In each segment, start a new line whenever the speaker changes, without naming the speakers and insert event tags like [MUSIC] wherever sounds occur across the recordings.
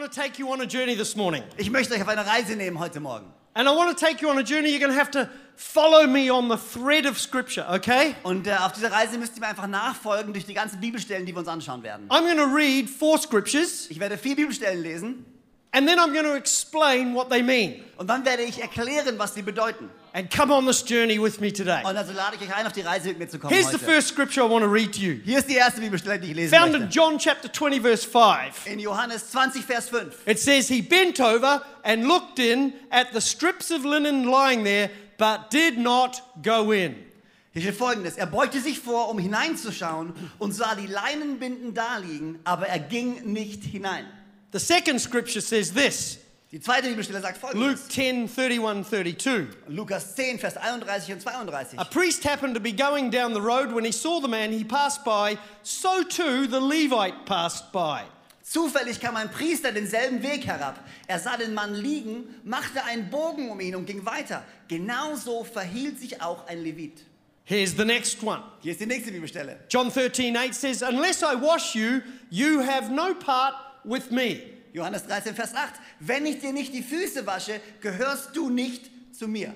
to take you on a journey this morning.
Ich möchte euch auf eine Reise nehmen heute Morgen.
And I want to take you on a journey. You're going to have to follow me on the thread of Scripture, okay?
Und äh, auf dieser Reise müsst ihr mir einfach nachfolgen durch die ganzen Bibelstellen, die wir uns anschauen werden.
I'm going to read four Scriptures
Ich werde vier Bibelstellen lesen
and then I'm going to explain what they mean.
und dann werde ich erklären, was sie bedeuten.
And come on this journey with me today.
Und also lade ich euch ein, auf die Reise mit mir zu kommen
Here's the
heute.
first Scripture I want to read to you.
Hier ist die erste Bibelstelle, die ich lesen
Found in
möchte.
John chapter 20, verse 5.
In Johannes 20, Vers 5.
It says, He bent over and looked in at the strips of linen lying there, but did not go in.
Hier steht folgendes. Er beugte sich vor, um hineinzuschauen und sah die Leinenbinden daliegen, aber er ging nicht hinein.
The second scripture says this
Die zweite Bibelstelle sagt
Luke
folgendes.
10 31 32.
Lukas 10, Vers 31 und 32.
A priest happened to be going down the road when he saw the man he passed by, so too the Levite passed by.
Zufällig kam ein Priester denselben Weg herab. Er sah den Mann liegen, machte einen Bogen um ihn und ging weiter. Genauso verhielt sich auch ein Levit.
Here's the next one.
Hier ist die nächste Bibelstelle.
John 13 8 says, Unless I wash you, you have no part with me.
Johannes 13, Vers 8. Wenn ich dir nicht die Füße wasche, gehörst du nicht zu mir.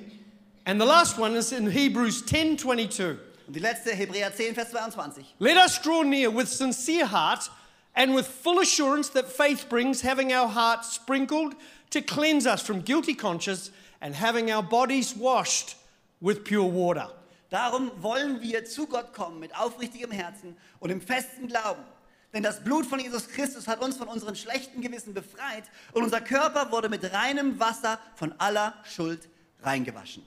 And the last one is in Hebrews 10 22.
Und die letzte, Hebräer 10, Vers 22.
Let us draw near with sincere heart and with full assurance that faith brings, having our hearts sprinkled to cleanse us from guilty conscience and having our bodies washed with pure water.
Darum wollen wir zu Gott kommen mit aufrichtigem Herzen und im festen Glauben. Denn das Blut von Jesus Christus hat uns von unserem schlechten Gewissen befreit und unser Körper wurde mit reinem Wasser von aller Schuld reingewaschen.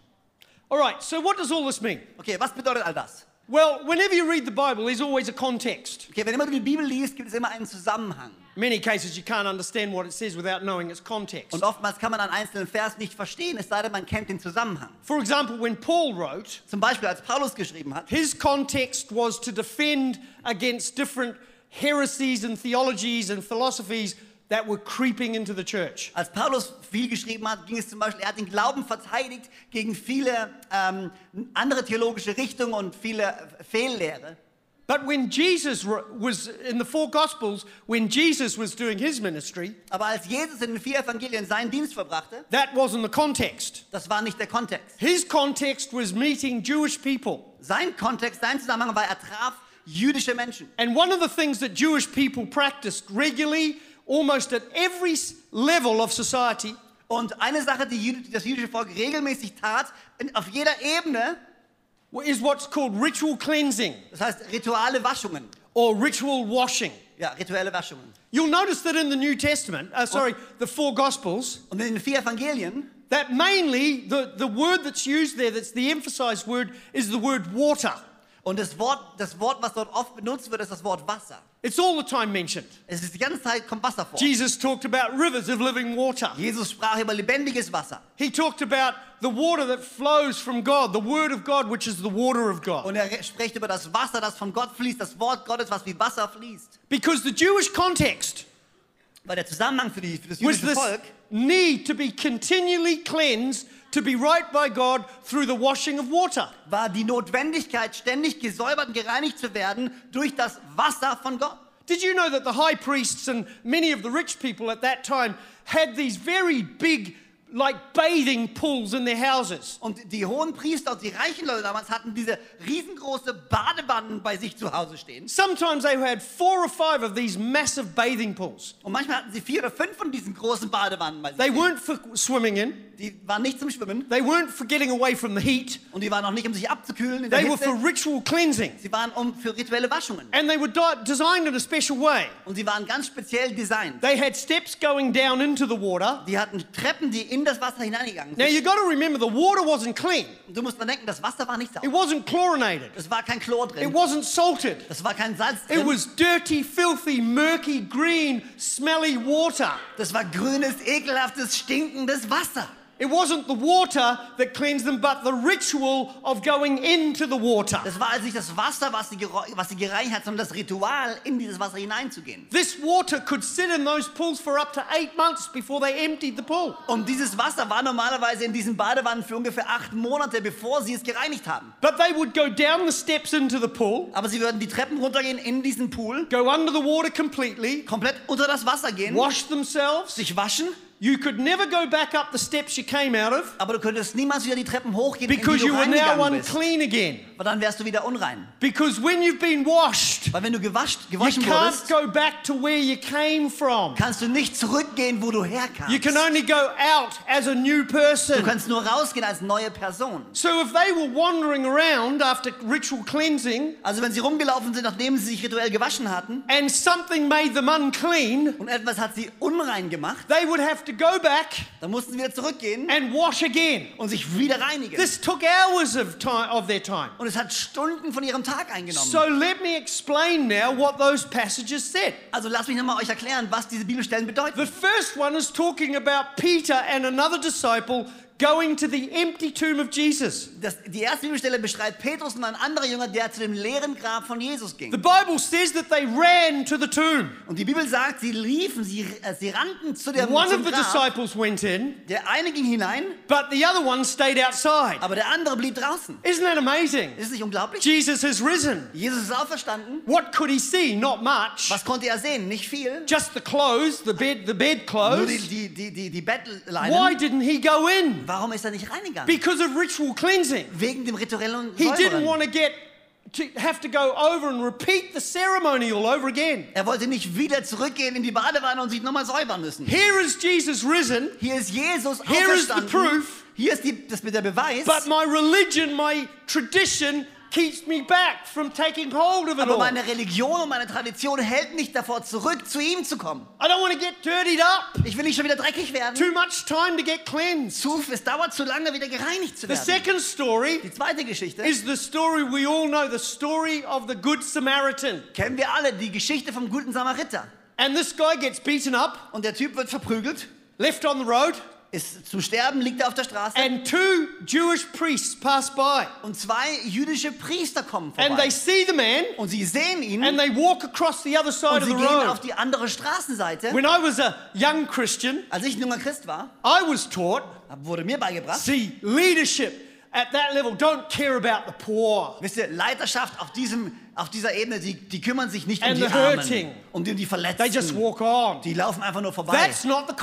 All right, so what does all this mean?
Okay, was bedeutet all das?
Well, whenever you read the Bible, there's always a context.
Okay, wenn immer du die Bibel liest, gibt es immer einen Zusammenhang.
In many cases, you can't understand what it says without knowing its context.
Und oftmals kann man einen einzelnen Vers nicht verstehen, es sei denn, man kennt den Zusammenhang.
For example, when Paul wrote,
Zum Beispiel, als Paulus geschrieben hat,
his context was to defend against different heresies and theologies and philosophies that were creeping into the church.
als Paulus viel geschrieben hat, ging es zum Beispiel, er hat den Glauben verteidigt gegen viele ähm, andere theologische Richtungen und viele Fehllehre.
But when Jesus ro- was in the four Gospels, when Jesus was doing his ministry,
Aber als Jesus in den vier Evangelien seinen Dienst verbrachte,
that wasn't the context.
das war nicht der Kontext.
His context was meeting Jewish people.
Sein Kontext, sein Zusammenhang war, er traf jüdische Menschen.
And one of the things that Jewish people practiced regularly, almost at every s- level of society,
Und eine Sache, die Jü- die das jüdische Volk regelmäßig tat, in- auf jeder Ebene,
wa- is what's called ritual cleansing
Das heißt rituale Waschungen.
or ritual washing.
Ja, rituelle Waschungen.
You'll notice that in the New Testament, uh, sorry, the four Gospels,
Und in den vier Evangelien,
that mainly the, the word that's used there, that's the emphasized word, is the word water.
und das Wort, das Wort, was dort oft benutzt wird, ist das Wort Wasser.
It's all the time mentioned.
Es ist die ganze Zeit, kommt Wasser vor.
Jesus talked about rivers of living water.
Jesus sprach über lebendiges Wasser.
He talked about the water that flows from God, the Word of God, which is the water of God.
Und er re- spricht über das Wasser, das von Gott fließt, das Wort Gottes, was wie Wasser fließt.
Because the Jewish context
Weil der Zusammenhang für, die, für das
was
jüdische
this
Volk
need to be continually cleansed, to be right by God through the washing of water.
war die Notwendigkeit, ständig gesäubert und gereinigt zu werden durch das Wasser von Gott.
Did you know that the high priests and many of the rich people at that time had these very big, like bathing pools in their houses?
Und die hohen Priester und die reichen Leute damals hatten diese riesengroße Badewannen bei sich zu Hause stehen.
Sometimes they had four or five of these massive bathing pools.
Und manchmal hatten sie vier oder fünf von diesen großen Badewannen. Weil sie
They weren't for swimming in.
die waren nicht zum Schwimmen
They weren't for getting away from the heat.
und die waren auch nicht, um sich abzukühlen in der
They were for
Hitze.
ritual cleansing.
Sie waren um für rituelle Waschungen.
And they were di- designed in a special way.
Und sie waren ganz speziell designt.
They had steps going down into the water.
Die hatten Treppen, die in das Wasser hineingegangen
Now
sind.
you got to remember the water wasn't clean.
Und du musst dran denken, das Wasser war nicht
It
sauber.
wasn't chlorinated.
Es war kein Chlor
It
drin.
wasn't salted.
Das war kein Salz
It
drin.
was dirty, filthy, murky, green, smelly water.
Das war grünes, ekelhaftes, stinkendes Wasser.
It wasn't the water that cleansed them, but the ritual of going into the water.
Das war also nicht das Wasser, was sie, gerei- was sie gereinigt hat, sondern das Ritual, in dieses Wasser hineinzugehen.
This water could sit in those pools for up to eight months before they emptied the pool.
Und dieses Wasser war normalerweise in diesen Badewannen für ungefähr acht Monate, bevor sie es gereinigt haben.
But they would go down the steps into the pool,
Aber sie würden die Treppen runtergehen in diesen Pool,
go under the water completely,
komplett unter das Wasser gehen,
wash themselves.
sich waschen,
You could never go back up the steps you came out of
aber du könntest niemals wieder die Treppen hochgehen, in die
because
du
you were now
reingegangen bist.
unclean again.
Weil dann wärst du wieder unrein.
Because when you've been washed,
Weil wenn du gewascht,
you
gewaschen
can't
wurdest,
go back to where you came from.
kannst du nicht zurückgehen, wo du herkamst.
You can
Du
only go out as a new person.
kannst nur rausgehen als neue Person.
So if they were wandering around after ritual cleansing
Also wenn sie rumgelaufen sind, nachdem sie sich rituell gewaschen hatten,
and something made them unclean,
und etwas hat sie unrein gemacht,
they would have to go back
dann mussten sie wieder zurückgehen
and wash again.
und sich wieder reinigen.
This took hours of time of their time.
Und es hat Stunden von ihrem Tag eingenommen.
So let me explain now what those passages said.
Also lasst mich nochmal euch erklären, was diese Bibelstellen bedeuten.
The first one is talking about Peter and another disciple going to the empty tomb of Jesus.
Das, die erste Bibelstelle beschreibt Petrus und ein anderer Jünger, der zu dem leeren Grab von Jesus
The
ging.
Bible says that they ran to the tomb.
Und die Bibel sagt, sie liefen, sie, äh, sie rannten zu dem
One
zum
of the
Grab.
disciples went in,
Der eine ging hinein,
but the other one stayed outside.
aber der andere blieb draußen.
Isn't that amazing?
Ist es nicht unglaublich?
Jesus has risen.
Jesus ist auferstanden.
What could he see? Not much.
Was konnte er sehen? Nicht viel.
Just the clothes, the bed, the bed
Nur die,
clothes.
die, die, die, die Bettleinen.
Why didn't he go in?
Warum ist er nicht reingegangen?
Because of ritual cleansing.
Wegen dem rituellen
He didn't
Säuberen.
want to get to have to go over and repeat the ceremony all over again.
Er wollte nicht wieder zurückgehen in die Badewanne und sich nochmal säubern müssen.
Here is Jesus risen,
Hier ist Jesus
Here is the
auferstanden.
proof.
Hier ist die, das mit der Beweis.
but my religion, my tradition keeps me back from taking hold of it
Aber
all.
meine Religion und meine Tradition hält mich davor zurück, zu ihm zu kommen.
I don't want to get dirtied up.
Ich will nicht schon wieder dreckig werden.
Too much time to get cleansed.
Zu, es dauert zu lange, wieder gereinigt zu
The
werden.
second story
Die zweite Geschichte
is the story we all know the story of the Good Samaritan.
kennen wir alle, die Geschichte vom guten Samariter.
And this guy gets beaten up,
Und der Typ wird verprügelt,
left on the road,
ist zum Sterben, liegt er auf der Straße.
and two Jewish priests pass by.
Und zwei jüdische Priester kommen
And they
vorbei.
see the man,
Und sie sehen ihn
and
und
they walk across the other side of
sie
the
gehen auf
road.
die andere Straßenseite.
When I was a young Christian,
Als ich ein junger Christ war,
I was taught
wurde mir beigebracht,
see, leadership at that level don't care about the poor.
wisst ihr, Leiterschaft auf, diesem, auf dieser Ebene, die, die kümmern sich nicht um
And the
die Armen,
hurting.
um die, um die
They just
Verletzten.
walk on.
Die laufen einfach nur vorbei.
That's not the
Aber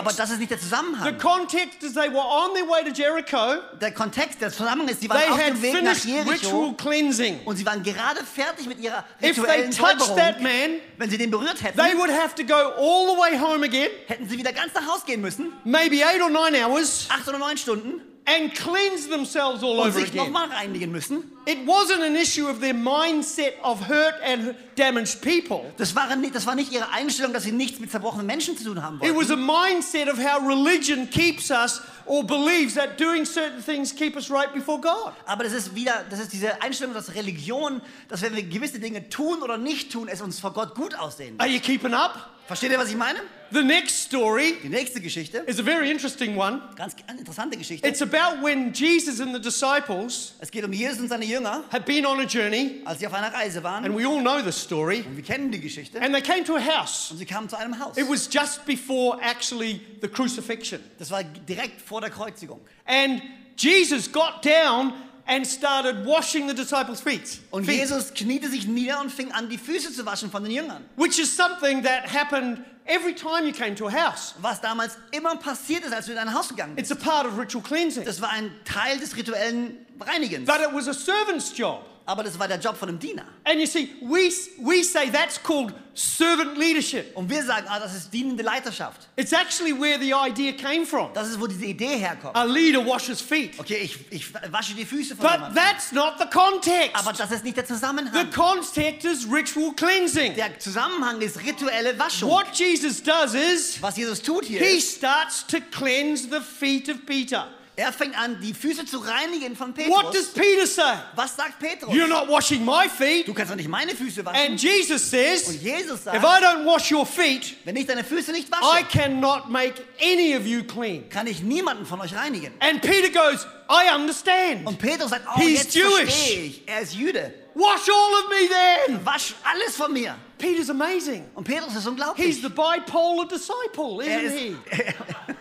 context.
das ist nicht der
The
Zusammenhang.
context is they were on their way to Jericho.
Der Kontext, der Zusammenhang ist, sie
They
waren auf
had
dem Weg nach
finished ritual
Jericho
cleansing.
und sie waren gerade fertig mit ihrer
If they
rituellen
touched that
Säuberung.
man,
Wenn sie den berührt
they
hätten,
would have to go all the way home again,
hätten sie wieder ganz nach Haus gehen müssen,
maybe eight or nine hours,
acht oder neun Stunden,
and cleanse themselves all
und
over
sich
again.
nochmal reinigen müssen.
It wasn't an issue of their mindset of hurt and damaged people.
Das war, nicht, das war nicht ihre Einstellung, dass sie nichts mit zerbrochenen Menschen zu tun haben
It
wollten.
was a mindset of how religion keeps us or believes that doing certain things keep us right before God.
Aber das ist wieder, das ist diese Einstellung, dass Religion, dass wenn wir gewisse Dinge tun oder nicht tun, es uns vor Gott gut aussehen.
Are you keeping up?
Versteht ihr, was ich meine?
The next story
Die nächste Geschichte,
is a very interesting one.
ganz eine interessante Geschichte.
It's about when Jesus and the disciples
Es geht um Jesus und seine Jünger,
had been on a journey,
als sie auf einer Reise waren.
and we all know the story,
Und wir kennen die Geschichte.
and they came to a house.
Und sie kamen zu einem Haus.
It was just before actually the crucifixion.
Das war direkt vor der Kreuzigung.
And Jesus got down and started washing the disciples' feet,
Und
feet,
Jesus kniete sich nieder und fing an, die Füße zu waschen von den Jüngern.
which is something that happened every time you came to a house.
Was damals immer passiert ist, als du in ein Haus gegangen bist.
It's a part of ritual cleansing.
Das war ein Teil des rituellen Reinigens.
But it was a servant's job.
Aber das war der Job von einem Diener.
And you see, we, we say that's called servant leadership.
Und wir sagen, ah, das ist dienende Leiterschaft.
It's actually where the idea came from.
Das ist, wo diese Idee herkommt.
A leader washes feet.
Okay, ich, ich wasche die Füße von
But Ah,
jemandem.
that's not the
Aber
context.
das ist nicht der
The
Zusammenhang.
context is ritual cleansing.
Der Zusammenhang ist rituelle Waschung.
What Jesus does is
Was Jesus tut hier,
he
ist,
starts to cleanse the feet of Peter.
Er fängt an, die Füße zu reinigen von
What does
Petrus.
Peter say?
Was sagt Petrus?
You're not washing my feet.
Du kannst doch nicht meine Füße waschen.
And Jesus
Und
says,
Jesus
If
sagt,
I don't wash your feet,
wenn ich deine Füße nicht
I
wasche,
cannot make any of you clean.
kann ich niemanden von euch reinigen.
And Peter goes, I understand.
Und Petrus sagt, oh,
He's
jetzt
Jewish.
verstehe ich. Er ist Jude.
Wash all of me then.
Wasch alles von mir.
Peter's amazing.
Und Petrus ist unglaublich.
He's the bipolar disciple,
er
isn't
ist...
he?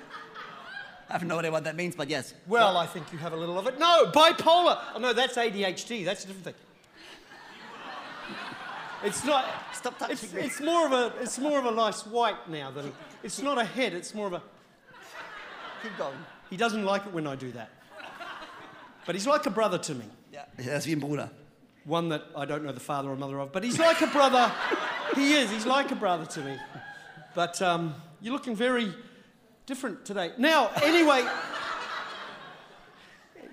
I have no idea what that means, but yes.
Well, I think you have a little of it. No, bipolar. Oh, no, that's ADHD. That's a different thing. It's not.
Stop touching
It's,
me.
it's more of a. It's more of a nice white now than. It's not a head. It's more of a.
Keep going.
He doesn't like it when I do that. But he's like a brother to me.
Ja. Er ist wie ein Bruder.
One that I don't know the father or mother of, but he's like a brother. he is. He's like a brother to me. But um, you're looking very different today. Now, anyway,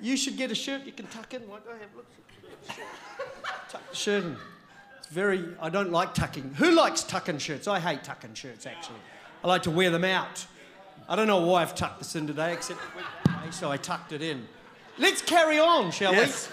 you should get a shirt you can tuck in like I have. Look, tuck the shirt in. It's very. I don't like tucking. Who likes tucking shirts? I hate tucking shirts actually. I like to wear them out. I don't know why I've tucked this in today, except it went that way, so I tucked it in. Let's carry on, shall we?
Yes.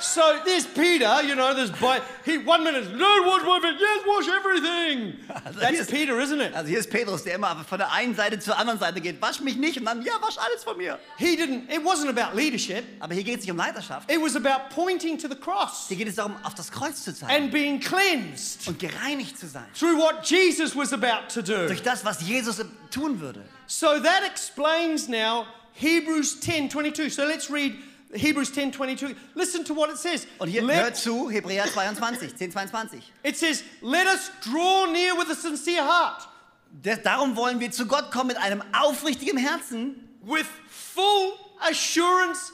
So there's Peter, you know, there's bi- he one minute, no, wash my feet, yes, wash everything. That's
yes.
Peter, isn't it?
Also hier ist Petrus, der immer von der einen Seite zur anderen Seite geht. Wasch mich nicht und dann, ja, wasch alles von mir.
He didn't. It wasn't about leadership.
Aber hier geht es nicht um Leiterschaft.
It was about pointing to the cross
Hier geht es darum, auf das Kreuz zu zeigen
and being cleansed
und gereinigt zu sein.
through what Jesus was about to do.
Durch das, was Jesus tun würde.
So that explains now Hebrews 10:22. So let's read Hebrews 10:22. Listen to what it says.
Und hier
Let-
hört zu, Hebräer 22, 10, 22.
it says, "Let us draw near with a sincere heart,
Der- darum wollen wir zu Gott kommen mit einem aufrichtigen Herzen,
with full assurance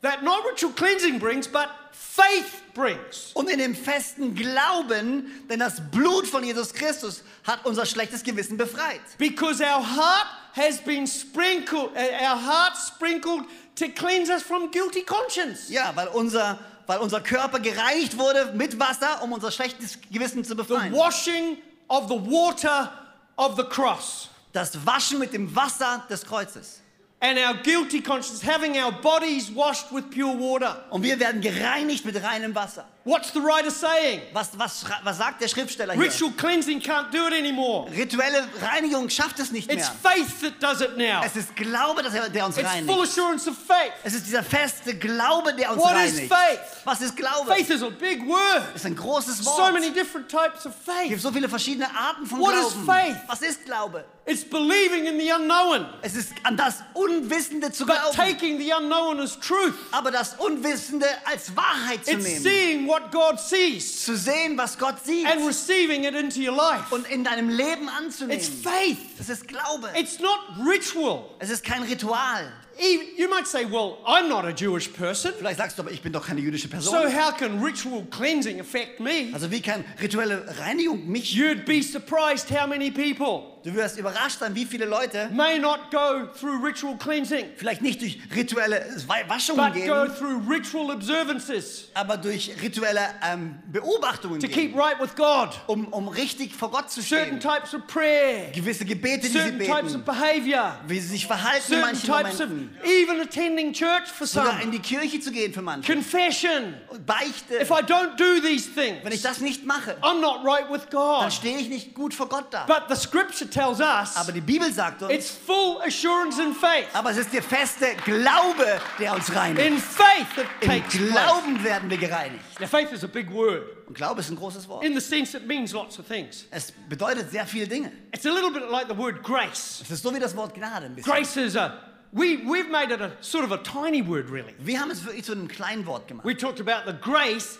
that not ritual cleansing brings, but faith brings.
und in dem festen Glauben, denn das Blut von Jesus Christus hat unser schlechtes Gewissen befreit.
Because our heart has been sprinkled, uh, our heart sprinkled to cleanse us from guilty conscience.
Ja, weil unser, weil unser Körper gereinigt wurde mit Wasser, um unser schlechtes Gewissen zu
The
befreien.
washing of the water of the cross
Das Waschen mit dem Wasser des Kreuzes.
and our guilty conscience, having our bodies washed with pure water.
Und wir werden gereinigt mit reinem Wasser.
What's the writer saying?
Was, was, schra- was sagt der Schriftsteller hier?
Ritual cleansing can't do it anymore.
Rituelle Reinigung schafft es nicht
It's
mehr.
faith that does it now.
Es ist Glaube, dass er, der uns
It's full
reinigt.
assurance of faith.
Es ist dieser feste Glaube, der uns
What is
reinigt.
faith?
Was ist Glaube?
Faith is a big word.
ist ein großes Wort.
So many different types of
es gibt
faith.
so viele verschiedene Arten von
What is
Glauben.
faith?
Was ist Glaube?
It's believing in the unknown,
Es ist an das Unwissende zu
but
glauben,
taking the unknown as truth.
aber das Unwissende als Wahrheit zu
It's
nehmen.
seeing what God sees
Zu sehen, was Gott sieht
and receiving it into your life.
und in deinem Leben anzunehmen.
It's faith.
es ist Glaube.
It's not ritual.
es ist kein Ritual.
E- You might say, well, I'm not a Jewish person,
Vielleicht sagst du, aber ich bin doch keine jüdische Person.
so how can ritual cleansing affect me?
also wie kann rituelle Reinigung mich?
You'd be surprised how many people
Du wirst überrascht sein, wie viele Leute
may not go through ritual cleansing,
vielleicht nicht durch rituelle Wa- Waschungen
but go
gehen,
through ritual observances
aber durch rituelle ähm, Beobachtungen
to
gehen,
keep right with God.
um, um richtig vor Gott zu
Certain
stehen.
types of prayer,
Gewisse Gebete, die sie
certain types
beten,
of behavior.
wie sie sich verhalten
certain
in manchen
types of
Momenten.
even attending church for
Sogar in
some
die Kirche zu gehen für manche.
confession
Und Beichte.
if i don't do these
Wenn ich
things
das nicht mache,
i'm not right with
dann
god
stehe ich nicht gut vor Gott da.
but the scripture tells us
Aber die Bibel sagt uns,
it's full assurance in faith
aber es ist der feste Glaube, der uns reinigt.
in faith that
Im
takes place
Glauben werden wir gereinigt.
now faith is a big word
Und Glaube ist ein großes Wort.
in the sense it means lots of things
Es bedeutet sehr viele Dinge.
it's a little bit like the word grace
Es ist so wie das Wort Gnade ein bisschen.
grace is a we, we've made it a sort of a tiny word really
Wir haben es wirklich zu einem kleinen Wort gemacht.
we talked about the grace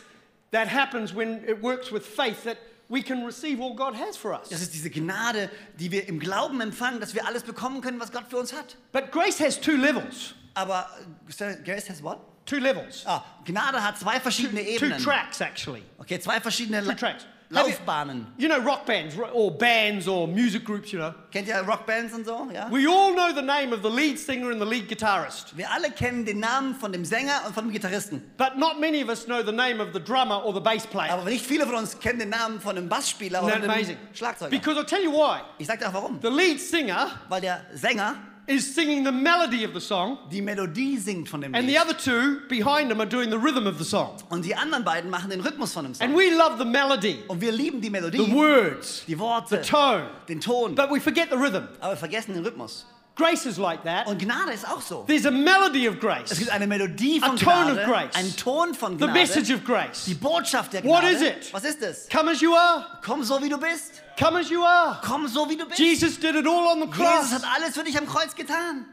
that happens when it works with faith that we can receive all god has for us
Das ist diese Gnade, die wir im Glauben empfangen, dass wir alles bekommen können, was Gott für uns hat.
But grace has two levels.
Aber äh, Sir, Grace has what?
Two levels.
Ah, Gnade hat zwei verschiedene
Two
Ebenen.
tracks, actually.
Okay, zwei verschiedene
Two
La
tracks. Have you-
Laufbahnen.
You know, rock bands ro- or bands or music groups, you know.
Kennt ihr Rockbands und so? Ja?
We all know the name of the lead singer and the lead guitarist,
Wir alle kennen den Namen von dem Sänger und von dem Gitarristen.
but not many of us know the name of the drummer or the bass player.
Aber nicht viele von uns kennen den Namen von einem Bassspieler
Isn't
oder
that
einem
amazing?
Schlagzeuger.
Because I'll tell you why.
Ich sag dir auch warum.
The lead singer
Weil der Sänger
is singing the melody of the song,
Die Melodie singt von dem
and the
Lied.
other two behind him are doing the rhythm of the song.
Und die anderen beiden machen den Rhythmus von dem Song.
And we love the melody,
Und wir lieben die Melodie,
the words,
die Worte,
tone,
den Ton,
but we forget the rhythm.
aber wir vergessen den Rhythmus.
Grace is like that.
Und Gnade ist auch so.
There's a melody of
Es
grace,
gibt eine Melodie
A
von
tone of
Gnade,
grace.
einen Ton von
the message
Gnade,
of grace.
die Botschaft der
What
Gnade.
is it?
Was ist es?
Come as you are,
Komm so wie du bist.
come as you are.
Komm so wie du bist.
Jesus did it all on the
Jesus
cross.
hat alles für dich am Kreuz getan.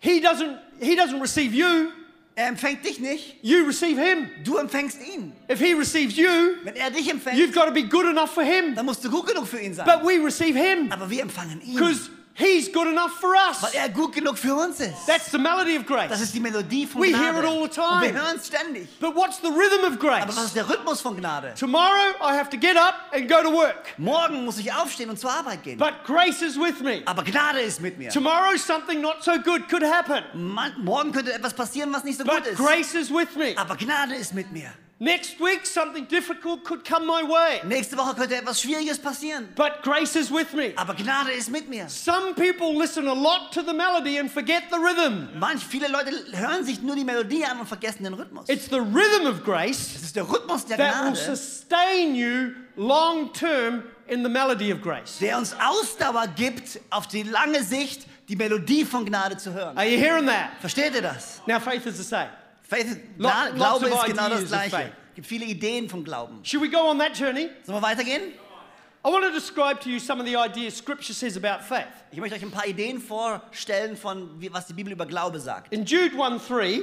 He doesn't, he doesn't receive you,
Er empfängt dich nicht,
you receive him.
du empfängst ihn.
If he receives you,
Wenn er dich empfängt,
you've got to be good enough for him.
dann musst du gut genug für ihn sein.
But we receive him
Aber wir empfangen ihn,
because he's good enough for
weil
us.
er gut genug für uns ist.
That's the melody of
Das
grace.
ist die Melodie von
We
Gnade.
hear it all the time.
Und wir hören es ständig.
But what's the rhythm of
Aber was
grace?
ist der Rhythmus von Gnade?
Tomorrow I have to get up and go to work.
Morgen muss ich aufstehen und zur Arbeit gehen.
But grace is with me.
Aber Gnade ist mit mir.
Tomorrow something not so good could happen.
Man, morgen könnte etwas passieren, was nicht so gut
But
ist.
grace is with me.
Aber Gnade ist mit mir.
Next week something difficult could come my way.
Nächste Woche könnte etwas Schwieriges passieren.
But grace is with me.
Aber Gnade ist mit mir.
Some people listen a lot to the melody and forget the rhythm.
Manch viele Leute hören sich nur die Melodie an und vergessen den Rhythmus.
It's the rhythm of grace
Es ist der Rhythmus der
that also will
Gnade,
sustain you long term in the melody of grace.
der uns Ausdauer gibt, auf die lange Sicht die Melodie von Gnade zu hören.
Are you hearing that?
Versteht ihr das?
Now, faith is the same.
Faith,
Lo-
Gna-
lots
Glaube
of
ist genau
ideas
das
of faith.
Gleiche. Es gibt viele Ideen vom Glauben.
Should we go on that journey?
Sollen wir weitergehen?
I want to describe to you some of the ideas Scripture says about faith.
Ich möchte euch ein paar Ideen vorstellen, von wie, was die Bibel über Glaube sagt.
In Jude 1 3,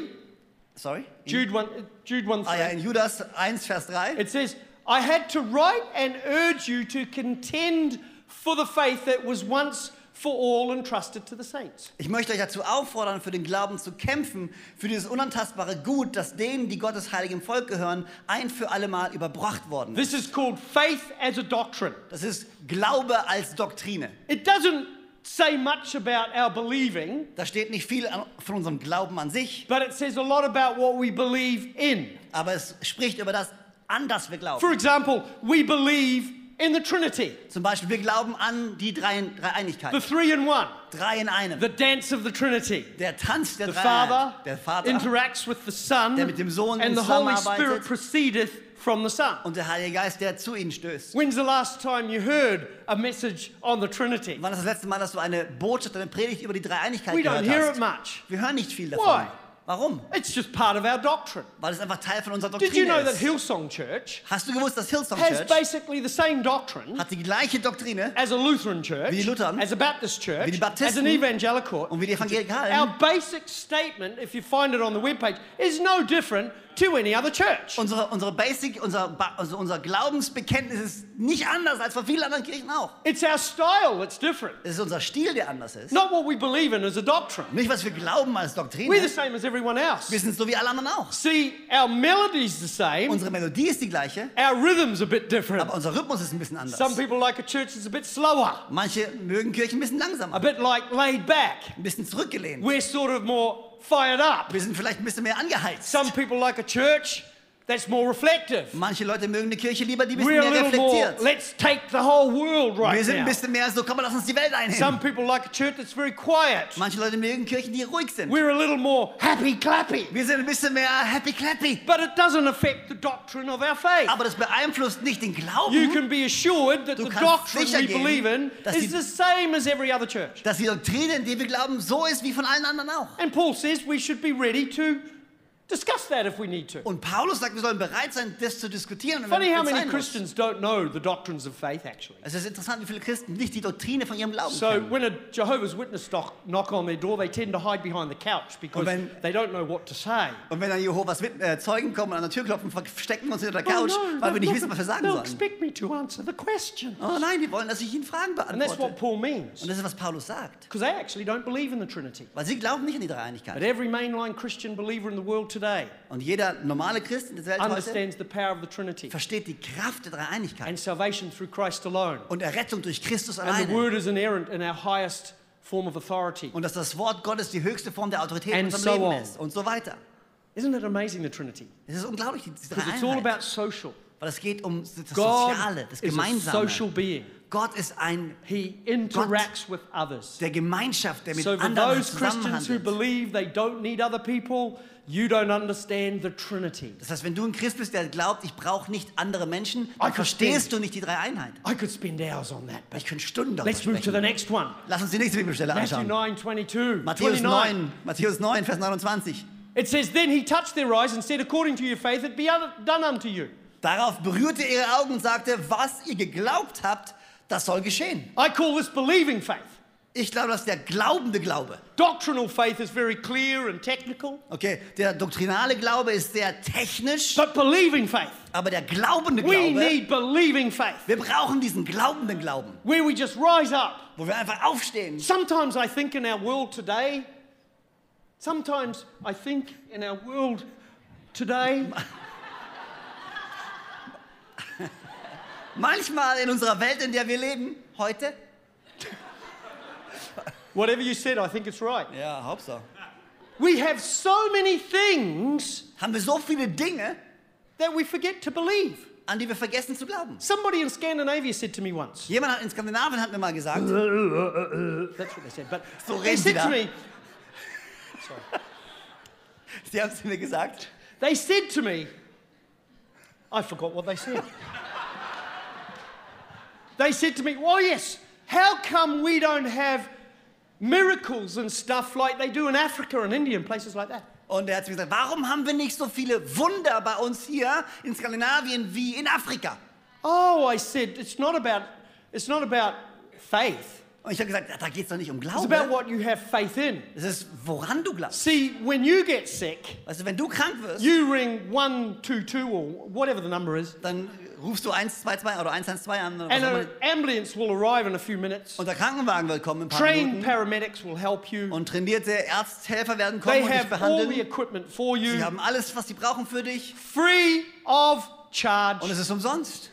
Sorry?
Jude 1, Jude 1 3,
Ah ja, in Judas 1, Vers 3.
it says, I had to write and urge you to contend for the faith that was once for all entrusted to the saints.
Ich möchte euch dazu auffordern, für den Glauben zu kämpfen, für dieses unantastbare Gut, das denen, die Gottes heiligem Volk gehören, ein für allemal überbracht worden ist.
This is called faith as a doctrine.
Das ist Glaube als Doktrine.
It doesn't say much about our believing,
Da steht nicht viel an, von unserem Glauben an sich,
but it says a lot about what we believe in.
aber es spricht über das, an das wir glauben.
For example, we believe in the Trinity,
Zum Beispiel, wir glauben an die Dreien-
the
Dreieinigkeit.
three in one,
Drei in einem.
the dance of the Trinity.
Der Tanz der
The Father,
Dreieinheit. Der Vater
interacts with the Son,
der mit dem Sohn
and the Holy Spirit
zusammenarbeitet.
proceedeth from the Son.
und der Heilige Geist, der zu ihnen stößt.
When's the last time you heard a message on the Trinity?
Wann ist das letzte Mal, dass du eine Botschaft, eine Predigt über die Dreieinigkeit
We don't
gehört
hear
hast?
it much.
Wir hören nicht viel davon.
Why?
Warum?
It's just part of our doctrine.
Weil es einfach Teil von unserer
Did you
Doktrine
know that
ist.
Hillsong Church
Hast du gewusst, dass Hillsong
has
Church
basically the same doctrine
hat die gleiche Doktrine
as a Lutheran church,
Wie die Luthern.
as a Baptist
Wie
church,
die
as an
Baptisten.
evangelical.
und wie die Evangelikalen?
Our basic statement, if you find it on the webpage, is no different to any other church.
Unsere, unsere Basic, unser, Ba- also unser Glaubensbekenntnis ist nicht anders als von vielen anderen Kirchen auch.
It's our style that's different,
Es ist unser Stil, der anders ist.
not what we believe in as a doctrine.
Nicht, was wir glauben als Doktrine.
We're the same as everyone else.
Wir sind so wie alle anderen auch.
See, our melody's the same,
Unsere Melodie ist die gleiche,
our rhythm's a bit different.
aber unser Rhythmus ist ein bisschen anders.
Some people like a church that's a bit slower,
Manche mögen Kirchen ein bisschen
a
langsamer,
bit like laid back.
ein bisschen zurückgelehnt.
We're sort of more fired up.
Wir sind vielleicht ein bisschen mehr angeheizt.
Some people like a church that's more reflective.
Manche Leute mögen eine Kirche lieber, die ein bisschen
We're a
mehr
little more,
reflektiert.
let's take the whole world
Wir
right
sind ein
now.
bisschen mehr so, komm mal, lass uns die Welt einnehmen.
Some people like a church that's very quiet.
Manche Leute mögen Kirchen, die ruhig sind.
We're a little more happy clappy.
Wir sind ein bisschen mehr happy clappy.
But it doesn't affect the doctrine of our faith.
Aber das beeinflusst nicht den
You
Glauben,
can be assured that
Du
the
kannst
doctrine
sicher
we
gehen,
believe in
dass
is the
die-
same as every other church.
dass die Doktrine, in die wir glauben, so ist wie von allen anderen auch.
And Paul says we should be ready to discuss that if we need to.
Und Paulus sagt, wir sollen bereit sein, das zu diskutieren. Und wenn
Funny how
es
many
sein muss.
Christians don't know the doctrines of faith, actually.
Es ist interessant, wie viele Christen nicht die Doktrine von ihrem Glauben
So
kennen.
when a Jehovah's Witness doc- knock on their door, they tend to hide behind the couch because
wenn-
they don't know what to say.
Und wenn dann Jehovas Wit- äh, Zeugen kommen und an der Tür klopfen, verstecken wir uns hinter der
Oh,
Couch,
no,
weil wir
they'll
nicht
look-
wissen, was wir sagen
they'll
sollen.
expect me to answer the question.
Oh nein, die wollen, dass ich ihnen Fragen
And that's what
beantworte.
Paul
Und
means.
das ist, was Paulus sagt.
Because they actually don't believe in the Trinity.
Weil sie glauben nicht an die
But
Dreieinigkeit.
every mainline Christian believer in the world today
Und jeder normale Christ in der Welt heute
understands the power of the Trinity
versteht die Kraft der Dreieinigkeit
and salvation through Christ alone.
und Errettung durch Christus
And the
alleine.
word is inerrant in our highest form of authority.
Und dass das Wort Gottes die höchste Form der Autorität in
And
unserem
so
Leben
on.
ist. Und so weiter.
Isn't it amazing, the Trinity?
Es ist unglaublich, die die
Because it's all
Dreieinheit.
about social.
Weil es geht um das
God
Soziale, das
is a
Gemeinsame.
social being.
Gott ist ein
He interacts with others.
der Gemeinschaft, der mit
So for
anderen
those Christians who
zusammenhandelt.
believe they don't need other people, you don't understand the Trinity.
Das heißt, wenn du ein Christ bist, der glaubt, ich brauche nicht andere Menschen, dann
I
verstehst du nicht die Dreieinheit.
I could spend hours on that.
Aber ich könnte Stunden darüber
Let's move to the
sprechen.
next one.
Lass uns die nächste Bibelstelle
Matthew
anschauen.
9, 22, 29.
Matthäus 9, Matthäus 9, Vers 29.
It says, Then he touched their eyes and said, According to your faith, it be un- done unto you.
Darauf berührte er ihre Augen und sagte, was ihr geglaubt habt, das soll geschehen.
I call this believing faith.
Ich glaube, das ist der glaubende Glaube.
Doctrinal faith is very clear and technical,
Okay, der doktrinale Glaube ist sehr technisch,
but believing faith.
aber der glaubende
We
Glaube,
need believing faith,
wir brauchen diesen glaubenden Glauben,
where we just rise up.
wo wir einfach aufstehen.
Sometimes I think in our world today, sometimes I think in our world today,
Manchmal in unserer Welt, in der wir leben, heute.
whatever you said, I think it's right.
Ja, Hauptsache.
We have so many things
Haben wir so viele Dinge,
that we forget to believe.
an die wir vergessen zu glauben.
Somebody in Scandinavia said to me once,
Jemand hat in Skandinavien hat mir mal gesagt, [LAUGHS]
That's what they said. But
So
they said to
Rentner.
me,
sie haben es mir gesagt,
they said to me, I forgot what they said. they said to me, Well, yes, how come we don't have miracles and stuff like they do in Africa and India and places like that?
Und er hat mir gesagt, warum haben wir nicht so viele Wunder bei uns hier in Skandinavien wie in Afrika?
Oh, I said, it's not about it's not about faith.
Und ich habe gesagt, da geht es doch nicht um
It's about
Glaube.
what you have faith in.
Es ist, woran du glaubst.
See, when you get sick,
Also wenn du krank wirst,
you ring 122 or whatever the number is,
dann rufst du 122 oder 112 an. Oder was
and
auch
an
immer.
ambulance will arrive in a few minutes.
Und der Krankenwagen wird kommen in ein paar
Trained
Minuten.
paramedics will help you.
Und trainierte Ärzthelfer werden
They
kommen und dich
have all the
behandeln.
equipment for
Sie
you,
haben alles, was sie brauchen für dich.
free of charge,
Und es ist umsonst.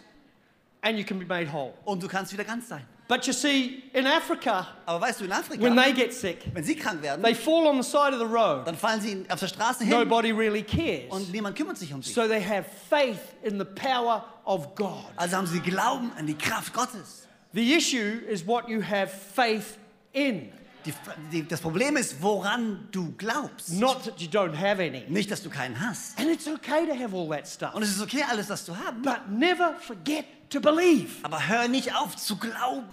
and you can be made whole.
Und du kannst wieder ganz sein.
But you see, in Africa,
Aber weißt du, in Afrika,
when they get sick,
wenn sie krank werden,
they fall on the side of the road.
dann fallen sie in- auf der Straße hin
Nobody really cares.
und niemand kümmert sich um sie.
So they have faith in the power of God.
Also haben sie Glauben an die Kraft Gottes.
The issue is what you have faith in,
Die, die, das Problem ist, woran du glaubst.
not that you don't have any.
Nicht, dass du keinen hast.
And it's okay to have all that stuff,
Und es ist okay, alles das zu haben.
but never forget to believe.
Aber hör nicht auf zu glauben.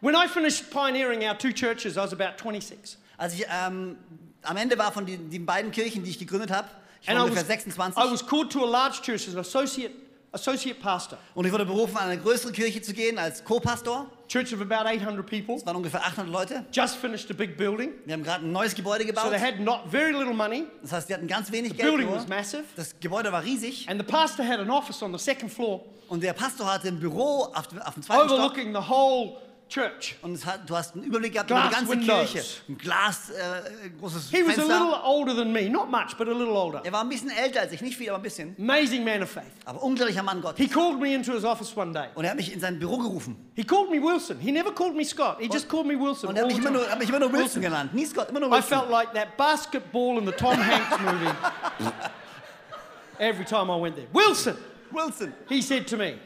When I finished pioneering our two churches, I was about 26.
Als ich ähm, am Ende war von den, den beiden Kirchen, die ich gegründet habe, ich
And
war
I
ungefähr
was, I
26
was called to a large church as an associate, associate pastor,
und ich wurde berufen, an eine größere Kirche zu gehen als Co-Pastor.
church of about 800 people.
Es waren ungefähr 800 Leute.
Just finished a big building,
Wir haben gerade ein neues Gebäude
so
gebaut.
they had not very little money.
Das heißt, die hatten ganz wenig
The
Geld.
building
Nur.
was massive,
Das Gebäude war riesig
and the pastor had an office on the second floor
und der Pastor hatte ein Büro auf dem, auf dem zweiten Stock.
overlooking the whole church.
Und es hat, du hast einen Überblick gehabt über die
Glass
ganze
windows.
Kirche. Ein Glas, äh, großes
He was a little
Fenster.
older than me, not much, but a little older.
Er war ein bisschen älter als ich, nicht viel, aber ein bisschen.
Amazing man of faith.
Aber unglaublicher Mann
He
Gottes.
called me into his office one day.
Und er hat mich in sein Büro gerufen.
He called me Wilson. He never called me Scott. He just called me Wilson.
Und er
all
hat mich,
the
immer
time.
nur, hat mich immer nur Wilson genannt. Nie Scott, immer nur
Oh, I
Wilson.
felt like that basketball in the Tom Hanks movie every time I went there. Wilson,
Wilson.
he said to me,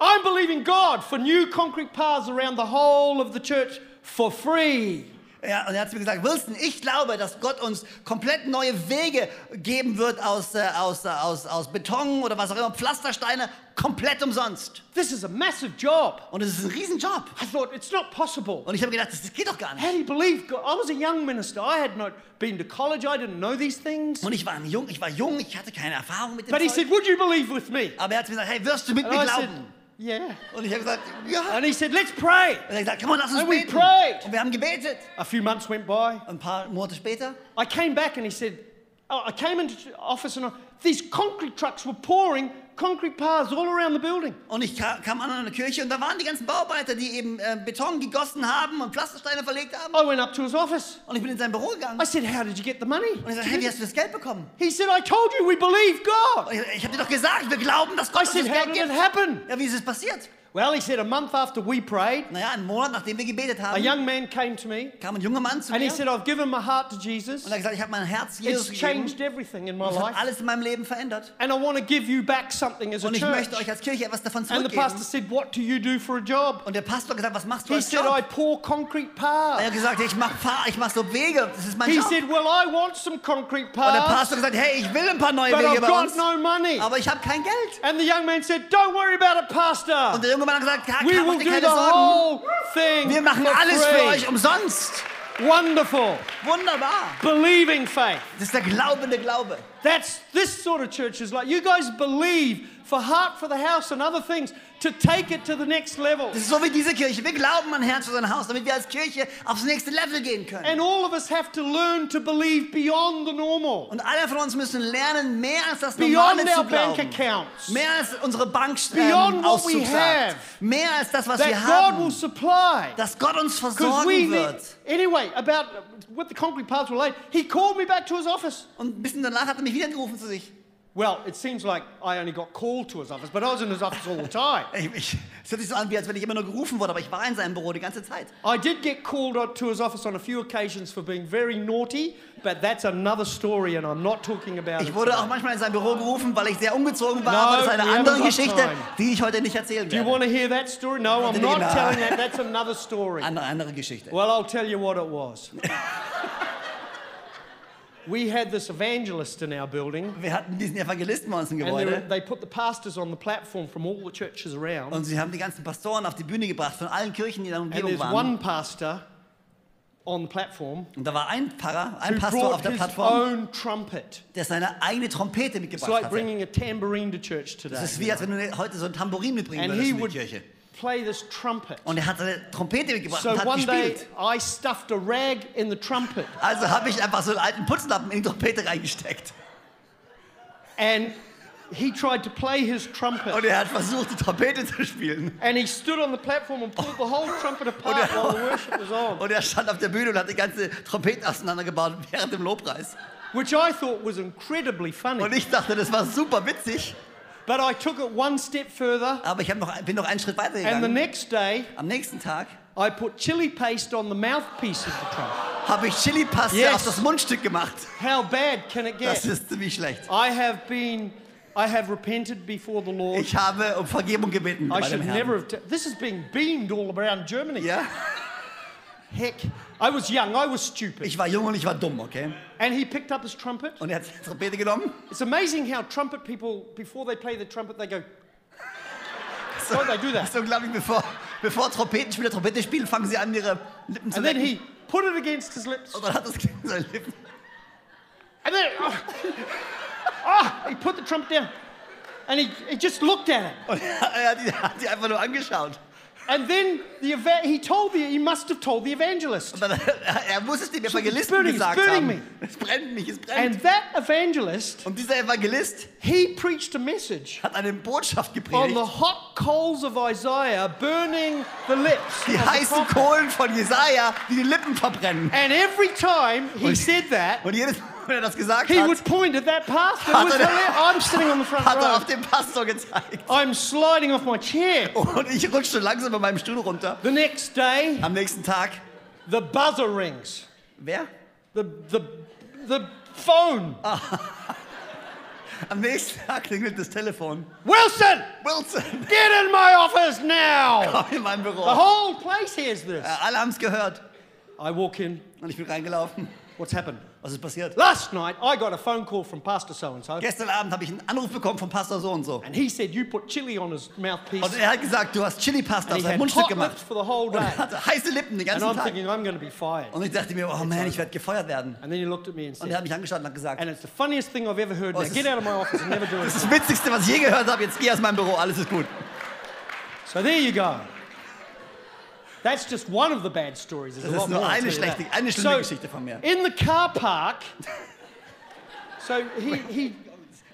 I'm believing God for new concrete paths around the whole of the church for free.
Ja, und er hat mir gesagt, Wilson, ich glaube, dass Gott uns komplett neue Wege geben wird aus, äh, aus, äh, aus, aus Beton oder was auch immer, Pflastersteine, komplett umsonst.
This is a massive job.
Und es ist ein Riesenjob.
I thought, it's not possible.
Und ich habe gedacht, das geht doch gar nicht.
How do you believe God? I was a young minister. I had not been to college. I didn't know these things.
Und ich war ein jung, ich war jung, ich hatte keine Erfahrung mit dem
But he
Zeug.
said, Would you believe with me?
Aber er hat mir gesagt, hey, wirst du mit
And
mir
I said,
glauben?
Yeah.
Und ich habe gesagt, ja. Und
And he said, Let's pray.
er hat gesagt, komm, lass uns
And we
beten.
prayed.
Und wir haben gebetet.
A few months went by.
Ein paar Monate später
I came back and he said, oh, I came into office and I, these concrete trucks were pouring concrete paths all around the building.
und ich ka- kam an eine Kirche und da waren die ganzen Bauarbeiter, die eben äh, Beton gegossen haben und Pflastersteine verlegt haben.
I went up to his office.
Und ich bin in sein Büro gegangen
I
und
said, How did you get the money?
ich sagte, hey, wie hast du das Geld bekommen?
He said, I told you we believe
Und
God.
Ich, ich habe dir doch gesagt, wir glauben, dass Gott
I
uns das
said, How
Geld
did it
gibt.
happen?
Ja, wie ist es passiert?
Well, he said a month after we prayed,
Naja, einen Monat nachdem wir gebetet
a
haben,
young man came to me
kam ein junger Mann zu
and he
mir
said, I've given my heart to Jesus.
und hat gesagt, ich habe mein Herz Jesus
It's
gegeben.
changed everything in my
Das hat
life.
alles in meinem Leben verändert.
And I want to give you back something as a
Und ich
church.
möchte euch als Kirche etwas davon
And the pastor
zurückgeben.
said, What do you do for a job?
Und der Pastor hat gesagt, was machst du
He
als
said, I
Job?
pour concrete
Er
paths.
hat gesagt, ich mach, Fahr- ich mach so Wege, das ist mein
He
Job.
said, Well, I want some concrete
Und der
paths,
Pastor hat gesagt, hey, ich will ein paar neue
but
Wege
I've
bei
got
uns,
no money.
aber ich habe kein Geld.
And the young man said, Don't worry about it,
Und
Pastor.
der junge Mann hat gesagt, "Ja,
We
mach
will
dir
do
keine
the
Sorgen.
whole thing.
Wir machen
for
alles für
free."
euch umsonst.
Wonderful.
Wunderbar.
Believing faith.
Das ist der glaubende Glaube.
That's this sort of church is like. You guys believe for heart for the house and other things to take it to the next level.
Das ist so wie diese Kirche. Wir glauben an Herz für sein Haus, damit wir als Kirche aufs nächste Level gehen können.
And all of us have to learn to believe beyond the normal,
Und alle von uns müssen lernen, mehr als das Normale
beyond
zu
our bank
glauben.
accounts.
Mehr als unsere Bank ähm,
Beyond what we
Auszug
have.
sagt. Mehr als das, was wir
That God will
haben.
supply.
Dass Gott uns
Because
versorgen
we need,
wird.
anyway, about what the concrete paths were laid, he called me back to his office.
Und ein bisschen danach hat er mich wieder gerufen zu sich.
Well, it seems like I only got called to his office, but I was in his office all the time.
Ey, ich- Es hört sich so an, wie als wenn ich immer nur gerufen wurde, aber ich war in seinem Büro die ganze Zeit.
I did get called out to his office on a few occasions for being very naughty, but that's another story, and I'm not talking about it.
Ich wurde
today.
auch manchmal in sein Büro gerufen, weil ich sehr umgezogen war,
No,
aber das ist
we
eine
haven't
andere
got
Geschichte,
time.
die ich heute nicht erzählen
Do you
werde.
want to hear that story? No, I'm
didn't
not
know.
telling that. That's another story.
[LAUGHS] Andere, andere Geschichte.
Well, I'll tell you what it was. [LAUGHS] we had this evangelist in our building,
Wir hatten diesen Evangelisten bei uns im
and they, were-
Gebäude
they put the pastors on the platform from all the churches around.
und sie haben die ganzen Pastoren auf die Bühne gebracht von allen Kirchen, die in der
And
Umgebung
there's
waren.
one pastor on the platform
Und da war ein Pfarrer, ein
who
Pastor auf
brought
der
his
Plattform,
own trumpet.
der seine eigene Trompete
It's
mitgebracht
like
hatte.
bringing a tambourine to church
Das
today.
ist wie, als wenn du heute so ein Tambourin mitbringen
And he
würdest in die
would
Kirche.
play this trumpet.
Und er hat seine Trompete mitgebracht
So
und hat
one day
gespielt.
I stuffed a rag in the trumpet,
Also habe ich einfach so einen alten Putzlappen in die Trompete reingesteckt.
and he tried to play his trumpet.
Und er hat versucht, die Trompete zu spielen.
And he stood on the platform and pulled the whole trumpet apart while the worship was on,
Und er stand auf der Bühne und hat die ganze Trompete auseinandergebaut während dem Lobpreis.
which I thought was incredibly
Und
funny.
ich dachte, das war super witzig,
But I took it one step further,
aber ich hab noch, bin noch einen Schritt weiter
and the
gegangen.
next day
Am nächsten Tag
I put chili paste on the mouthpiece of the trumpet.
habe ich Chili-Paste
Yes.
auf das Mundstück gemacht.
How bad can it
Das
get?
ist ziemlich schlecht.
I have been, I have repented before the Lord.
Ich habe um Vergebung
I
gebeten bei dem
should
Herrn.
never have. T- this is being beamed all around Germany.
ja?
Heck, I was young, I was stupid.
Ich war jung und ich war dumm, okay?
And he picked up his trumpet.
Und er hat die Trompete genommen.
It's amazing how trumpet people, before they play the trumpet, they go, [LAUGHS] Don't they do that?
Das ist unglaublich, bevor, bevor Trompetenspieler Trompete spielen, fangen sie an, ihre Lippen zu
and then
lecken.
he put it against his lips.
Und dann hat das Kind seine Lippen.
And then, [LAUGHS] oh, oh, he put the trumpet down. And he, he just looked at it. [LAUGHS]
Und er hat die, hat die einfach nur angeschaut.
And then the eva- he told the, he must have told the evangelist.
Dann- Er muss es dem Evangelisten
burning, it's
gesagt
burning
haben.
me.
Es brennt mich, es
And
brennt.
that evangelist,
Und dieser Evangelist
he preached a message
hat eine Botschaft
on
gepredigt.
the hot coals of Isaiah burning the lips.
Die
of the
heißen
prophet.
Kohlen von Jesaja, die die Lippen verbrennen.
And every time he said that,
Und jedes Mal, wenn er das gesagt
he
hat,
would point at that pastor. It
Hat
was
er-
hilarious. I'm sitting on the front
hat er
row.
auf den Pastor gezeigt.
I'm sliding off my chair.
Und ich rutschte langsam bei meinem Stuhl runter.
The next day,
Am nächsten Tag,
the buzzer rings.
wer?
The, the, the phone.
Am nächsten Tag klingelt das Telefon.
Wilson,
Wilson, [LAUGHS]
get in my office now.
komm in mein
The
Büro.
whole place hears this.
Ja, Alle haben es gehört.
I walk in.
Und ich bin reingelaufen.
What's happened?
Was ist passiert?
Last night, I got a phone call from Pastor so and so,
Gestern Abend habe ich einen Anruf bekommen vom Pastor so und so.
and he said, You put chili on his
Und
mouthpiece.
er hat gesagt, du hast Chili-Pasta
And he
auf dein
had
Mundstück
hot [LAUGHS]
gemacht.
lips for the whole
Und
day.
er hatte heiße Lippen den
And
ganzen
I'm
Tag.
thinking, I'm going to be fired.
Und ich dachte mir, oh man, ich werde gefeuert werden.
And then he looked at me and
Und
said,
er hat mich angeschaut und hat gesagt,
And it's the funniest thing I've ever heard.
Oh,
Now
this
get
is-
out of my office and never do it.
das ist das Witzigste, was ich je gehört habe. Jetzt geh aus meinem Büro, alles ist gut.
So there you go. That's just one of the bad stories. There's
Das
a
ist
lot
nur
more. I'll
eine
tell you that.
schlechte, eine schlimme
so,
Geschichte von mir.
in the car park, so he, he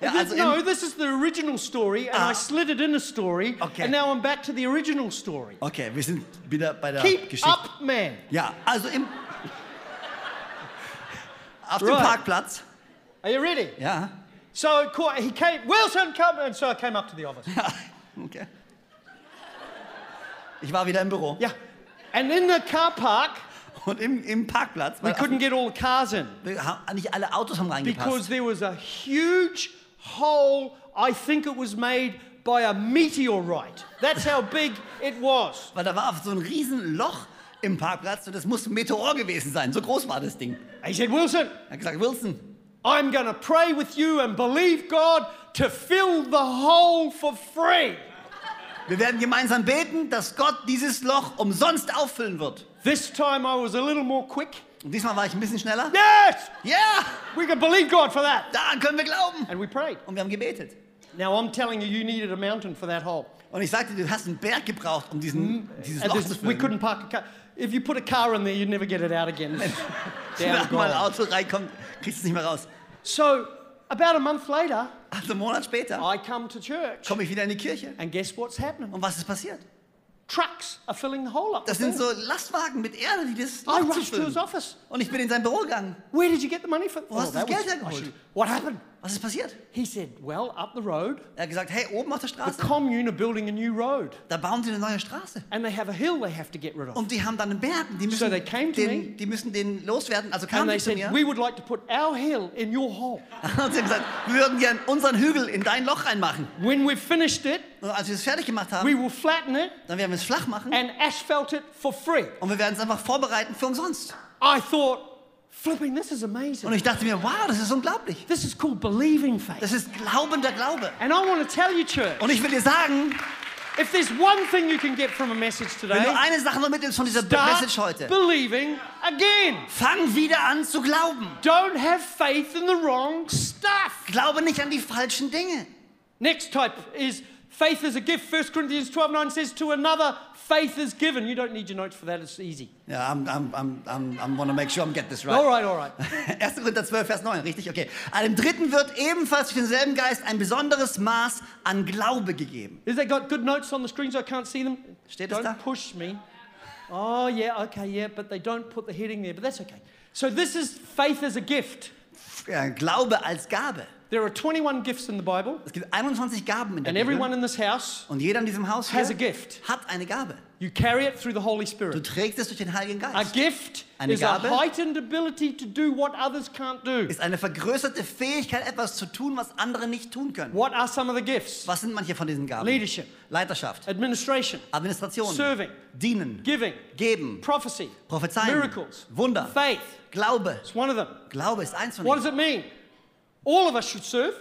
Ja,
this-
also
no,
im-
this is the original story, and I
Ah.
slid it in a story,
Okay.
and now I'm back to the original story.
Okay, wir sind wieder bei der
Keep
Geschichte.
up, man.
Ja, also im... Auf dem
Right.
Parkplatz.
Are you ready?
Ja. [LAUGHS]
So it caught- he came, Wilson, come, and so I came up to the office.
Okay. Ich war wieder im Büro.
Yeah. And in the car park,
Und im, im Parkplatz,
we
weil
couldn't get all the cars in
wir haben, nicht alle Autos haben
because
reingepasst.
there was a huge hole. I think it was made by a meteorite. That's how big it was.
Weil da war so ein riesen Loch im Parkplatz und das muss ein Meteor gewesen sein. So groß war das Ding.
He said, Wilson,
Er hat gesagt, Wilson,
I'm going to pray with you and believe God to fill the hole for free.
wir werden gemeinsam beten, dass Gott dieses Loch umsonst auffüllen wird.
This time I was a little more quick.
Und diesmal war ich ein bisschen schneller.
Yes!
Ja,
We can believe God for that.
daran können wir glauben.
And we prayed.
Und wir haben gebetet.
Now I'm telling you, you needed a mountain for that hole.
Und ich sagte, du hast einen Berg gebraucht, um diesen, dieses
And
Loch
this-
zu
Mhm. Also we
füllen.
couldn't park a car. If you put a car in there, you'd never get it out again. [LAUGHS]
Wenn
Down
mal ein
gone.
Auto reinkommt, kriegst du es nicht mehr raus.
So about a month later,
Also einen Monat später
I come to church,
komme ich wieder in die Kirche.
and guess what's happening?
Und was ist passiert?
Trucks are filling the hole up.
Das
with
sind
dirt.
so Lastwagen mit Erde, die das
Oh. I
Loch zu
rushed to his
füllen.
office.
Und ich bin in sein Büro gegangen.
Where did you get the money for? oh,
hast du das
that was-
Geld hergeholt?
I should- What happened?
Was ist passiert?
He said, "Well, up the road,
Er hat gesagt, hey, oben auf der
the
Straße,
commune are building a new road,
da bauen sie eine neue Straße.
and they have a hill they have to get rid of."
Und die haben dann einen Berg. und Die
So
müssen,
they came to me.
den, die müssen den loswerden. Also kamen
And they
die zu
said,
mir.
"We would like to put our hill in your hole.
[LAUGHS] Und sie haben gesagt, wir würden gerne unseren Hügel in dein Loch reinmachen.
When we've finished it,
Und als wir es fertig gemacht haben,
we will flatten it
dann werden wir es flach machen.
and asphalt it for free."
Und wir werden es einfach vorbereiten für umsonst.
I thought, "Flipping, this is
Und
amazing.
ich dachte mir, wow, das ist unglaublich.
This is called believing
Das
faith."
ist glaubender Glaube.
And I want to tell you, church.
Und ich will dir sagen,
If there's one thing you can get from a message
wenn
today,
du eine Sache noch mitnimmst von dieser Message
start
heute,
believing again.
fang wieder an zu glauben.
Don't have faith in the wrong stuff.
Glaube nicht an die falschen Dinge.
Next type is faith is a gift. 1 Corinthians 12 9 says, To another, faith is given. You don't need your notes for that, it's easy.
Ja, I'm, I'm, I'm, I'm, I'm wanna make sure I'm get this
All right,
right. [LAUGHS]
all right.
1. Korinther 12, Vers 9, richtig? Okay. Einem Dritten wird ebenfalls durch denselben Geist ein besonderes Maß an Glaube gegeben.
Is that got good notes on the screen so I can't see them?
Steht es
don't
da?
push me. Oh, yeah, okay, yeah, but they don't put the heading there, but that's okay. So this is faith as a gift.
Ja, Äh, Glaube als Gabe.
There are 21 gifts in the Bible,
Es gibt 21 Gaben in der
and
Bibel.
everyone in this house
Und jeder in diesem Haus hier
has a gift.
hat eine Gabe.
You carry it through the Holy
Du
Spirit.
trägst es durch den Heiligen
A
Geist.
gift
Eine
is a
Gabe.
heightened ability to do what others can't do.
Ist eine vergrößerte Fähigkeit, etwas zu tun, was andere nicht tun können.
What are some of the gifts?
Was sind manche von diesen Gaben?
Leadership,
Leiterschaft,
administration,
Administration,
Serving.
Dienen,
giving,
Geben,
prophecy,
Prophezeien,
miracles,
Wunder,
faith.
Glaube.
It's one of them.
Glaube ist eins von
What does
ihnen.
it mean? All of us should serve.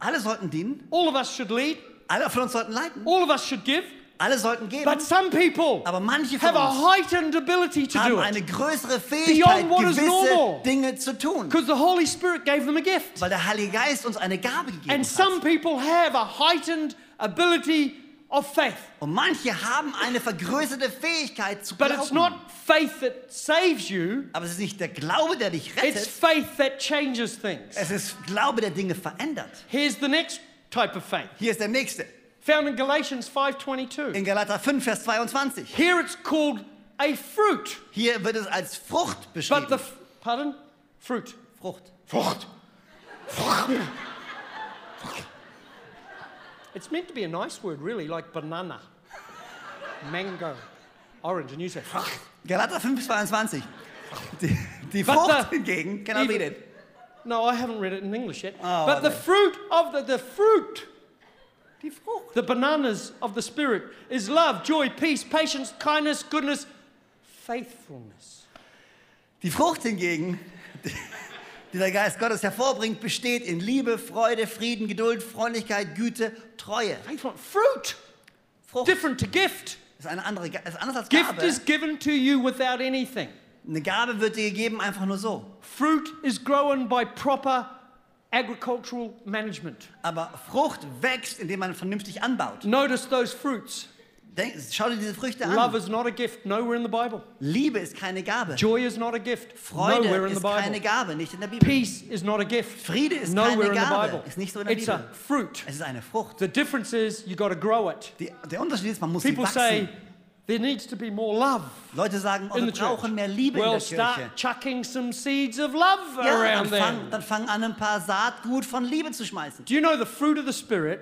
Alle sollten dienen,
All of us should lead.
alle von uns sollten leiten,
All of us should give.
alle sollten geben.
But some people
Aber manche von
have a
uns
heightened ability to
haben
do it
eine größere Fähigkeit,
Beyond what is
gewisse
normal.
Dinge zu tun,
because the Holy Spirit gave them a gift.
weil der Heilige Geist uns eine Gabe gegeben
And some
hat.
people have a heightened ability of faith.
Und manche haben eine vergrößerte Fähigkeit zu
But it's
glauben.
not faith that saves you,
Aber es ist nicht der Glaube, der dich
it's
rettet,
faith that changes things.
es ist Glaube, der Dinge verändert.
Here's the next type of faith,
Hier ist der nächste.
found in Galatians 5:22.
In Galater 5, Vers 22.
Here it's called a fruit,
Hier wird es als Frucht beschrieben.
but the f- pardon, fruit.
Frucht.
Frucht. It's meant to be a nice word, really, like banana, mango, orange, and you say frucht.
Galater 5, 22. Die, die
But
Frucht
the-
hingegen, genau can I read it?
No, I haven't read it in English yet.
Oh,
but the
no.
fruit of the the fruit
Die Frucht.
The bananas of the Spirit is love, joy, peace, patience, kindness, goodness, faithfulness.
Die Frucht hingegen, die der Geist Gottes hervorbringt, besteht in Liebe, Freude, Frieden, Geduld, Freundlichkeit, Güte, Treue.
Faithful fruit,
Frucht
different to gift.
ist eine andere, Ga- ist anders als
Gift
Gabe.
is given to you without anything.
Eine Gabe wird dir gegeben einfach nur so.
Fruit is grown by proper agricultural management.
Aber Frucht wächst, indem man vernünftig anbaut.
Notice those fruits.
Denk, schau dir diese Früchte
Love
an.
is not a gift, nowhere in the Bible.
Liebe ist keine Gabe.
Joy is not a gift, nowhere
Freude
in the
ist keine
Bible.
Gabe, nicht in der Bibel.
Peace is not a gift,
Friede ist
nowhere
keine
in the
Gabe,
Bible.
ist nicht so in der
It's a
Bibel.
fruit.
Es ist eine Frucht.
The difference is you got to grow it.
Die, der Unterschied ist, man muss sie
People say
wachsen.
there needs to be more love
Leute sagen, oh,
in
wir
the church.
brauchen mehr Liebe
well,
in der
start
Kirche.
chucking some seeds of love
Ja, dann
around there.
fang, dann fang an, ein paar Saatgut von Liebe zu schmeißen.
Do you know the fruit of the Spirit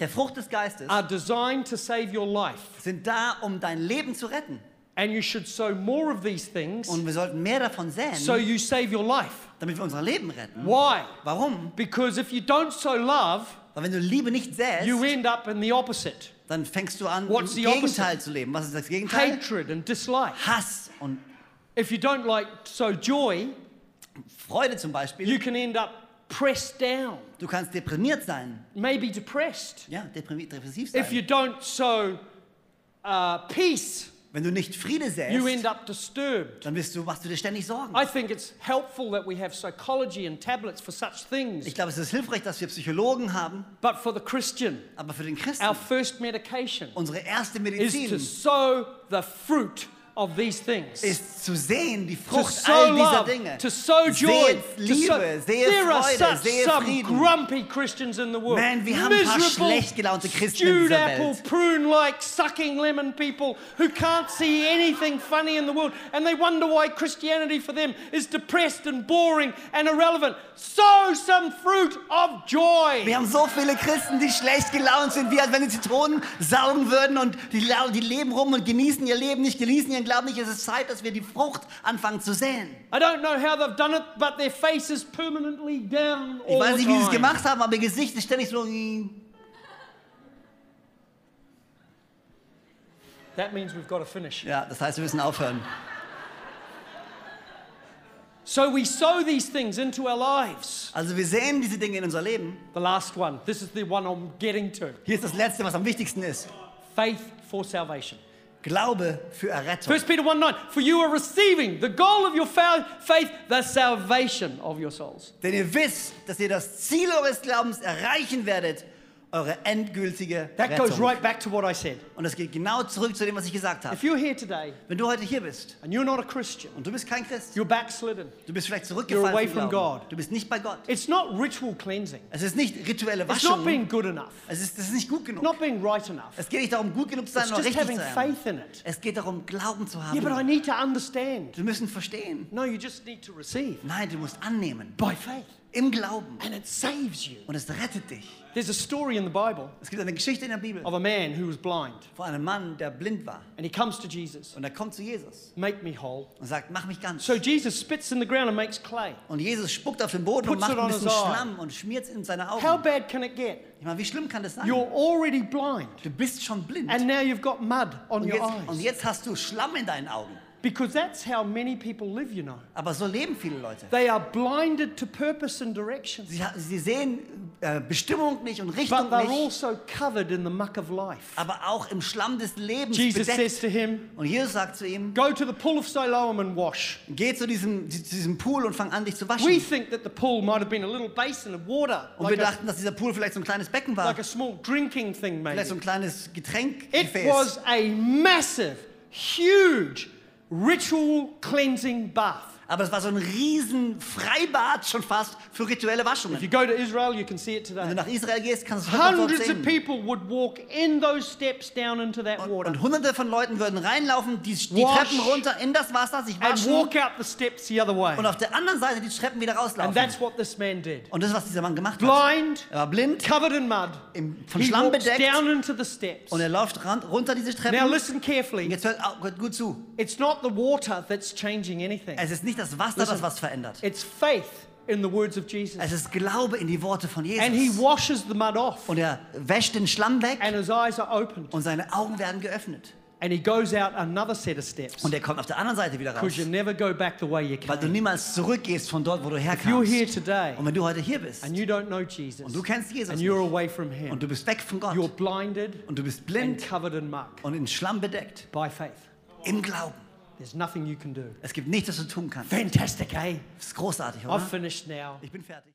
der Frucht des Geistes,
are designed to save your life.
sind da, um dein Leben zu retten.
And you should sow more of these things
Und wir sollten mehr davon säen,
so you save your life.
damit wir unser Leben retten.
Why?
Warum?
Because if you don't sow love,
Weil wenn du Liebe nicht säst,
you end up in the opposite
dann fängst du an,
What's
im
the opposite?
Gegenteil zu leben. Was ist das Gegenteil?
hatred and dislike.
Hass und
If you don't like sow joy,
Freude zum Beispiel.
you can end up pressed down,
du kannst deprimiert sein.
maybe depressed.
Ja, deprimi- depressiv
If you
sein.
don't sow uh, peace,
Wenn du nicht Friede
you end
säst,
up disturbed.
dann wirst du, machst du dir ständig Sorgen.
I think it's helpful that we have psychology and tablets for such things,
Ich glaube, es ist hilfreich, dass wir Psychologen haben,
but for the Christian,
aber für den Christen,
our first medication
unsere erste
is to
Medizin
sow the fruit of these things.
ist zu sehen, die
to
Frucht
sow
all dieser
love,
Dinge.
to sow joy,
Seht
to sow-
Liebe, sehe
there are
Freude,
such
sehe
some
Frieden.
grumpy Christians in the world.
Man, wir haben ein paar schlecht
Miserable,
gelaunte Christen in
stewed
dieser
apple,
Welt.
prune-like, sucking lemon people who can't see anything funny in the world, and they wonder why Christianity for them is depressed and boring and irrelevant. Sow some fruit of
Wir
joy.
haben so viele Christen, die schlecht gelaunt sind, wie als wenn sie Zitronen saugen würden und die, lau- die leben rum und genießen ihr Leben nicht, genießen ihren Glauben nicht. Es ist Zeit, dass wir die Frucht anfangen zu säen.
I don't know how they've done it, but their face is permanently down
Ich
all
weiß
the
nicht, wie sie es
time.
gemacht haben, aber ihr Gesicht ist ständig so. mm.
That means we've got to finish.
Ja, das heißt, wir müssen aufhören.
So we sow these things into our lives.
Also wir säen diese Dinge in unser Leben.
The last one. This is the one I'm getting to.
Hier ist das Letzte, was am wichtigsten ist.
Faith for salvation.
Glaube für Errettung.
1 Peter 1 9. For you are receiving the goal of your fa- faith, the salvation of your souls.
Denn ihr wisst, dass ihr das Ziel eures Glaubens erreichen werdet, eure endgültige
That goes
Rettung.
right back to what I said.
Und das geht genau zurück zu dem, was ich gesagt habe.
If you're here today
Wenn du heute hier bist
and you're not a Christian,
und du bist kein Christ,
you're backslidden.
du bist vielleicht
You're away
zurückgefallen
from
vom Glauben,
God.
du bist nicht bei Gott.
It's not ritual cleansing.
Es ist nicht rituelle
It's not
Waschung.
being good enough.
Es ist, das ist nicht gut genug.
Not being right enough.
Es geht nicht darum, gut genug zu sein
It's
oder
just
richtig zu
having
sein.
faith in it.
Es geht darum, Glauben zu
Yeah, but I
haben.
need to understand.
Wir müssen verstehen.
No, you just need to receive
Nein, du musst annehmen.
by faith.
Im Glauben.
And it saves you.
Und es rettet dich.
There's a story in the Bible
Es gibt eine Geschichte in der Bibel
of a man who was blind
von einem Mann, der blind war.
and he comes to Jesus.
Und er kommt zu Jesus
make me whole.
und sagt, mach mich ganz.
So Jesus spits in the ground and makes clay.
Und Jesus spuckt auf den Boden und
Puts
macht
it
ein
on
bisschen
his eye.
Schlamm und schmiert es in seine
How
Augen.
bad can it get?
Ich meine, wie schlimm kann das sein?
You're already blind,
Du bist schon blind.
and now you've got mud on
Und
your
jetzt, und
eyes.
jetzt hast du Schlamm in deinen Augen.
Because that's how many people live, you know.
Aber so leben viele Leute.
They are blinded to purpose and direction,
Sie, ha- sie sehen äh, Bestimmung nicht und
but
Richtung
they're
nicht,
also covered in the muck of life.
aber auch im Schlamm des Lebens
Jesus
bedeckt.
says to him,
Und Jesus sagt zu ihm,
Go to the pool of Siloam and wash.
geh zu diesem, zu diesem Pool und fang an, dich zu
We
waschen.
think that the pool might have been a little basin of water,
Und wir
like a,
dachten, dass dieser Pool vielleicht so ein kleines Becken war,
like a small drinking thing, maybe.
vielleicht so ein kleines Getränkgefäß.
It was a massive, huge ritual cleansing bath.
Aber es war so ein riesen Freibad schon fast für rituelle
If you
Waschungen.
go to Israel, you can see it
Wenn du
today.
nach Israel gehst, kannst du es heute noch dort
Hundreds of
sehen.
people would walk in those steps down into that
Und,
water
und hunderte von Leuten würden reinlaufen, die, die
Wash.
Treppen runter in das Wasser, sich
and
waschen
walk out the steps the other way.
und auf der anderen Seite die Treppen wieder
And
rauslaufen.
that's what this man did.
Und das ist, was dieser Mann gemacht hat.
Blind,
Er war blind,
covered in mud,
im, von
he
Schlamm
walks
bedeckt
down into the steps.
und er läuft ran, runter diese
Now
Treppen.
listen
Und
carefully.
jetzt hört, au- hört gut zu.
It's not the water that's changing anything.
Es ist nicht das Wasser,
Listen.
das was verändert.
It's faith in the words of Jesus.
Es ist Glaube in die Worte von
And he
Jesus.
washes the mud off.
Und er wäscht den Schlamm weg
and his eyes are opened
und seine Augen werden geöffnet.
and he goes out another set of steps
Und er kommt auf der anderen Seite wieder raus.
because you never go back the way you
Weil du
came.
niemals zurückgehst von dort, wo du
If you're here
herkamst.
today
Und wenn du heute hier bist
and you don't know Jesus
und du kennst Jesus
and you're
nicht,
away from
und
him,
du bist weg von Gott
you're blinded
und du bist
and
blind
covered in muck
und in Schlamm bedeckt,
by faith.
im Glauben.
There's nothing you can do.
Es gibt nichts, was du tun kannst.
Fantastic, eh?
Das ist großartig,
I've
oder?
finished now.
Ich bin fertig.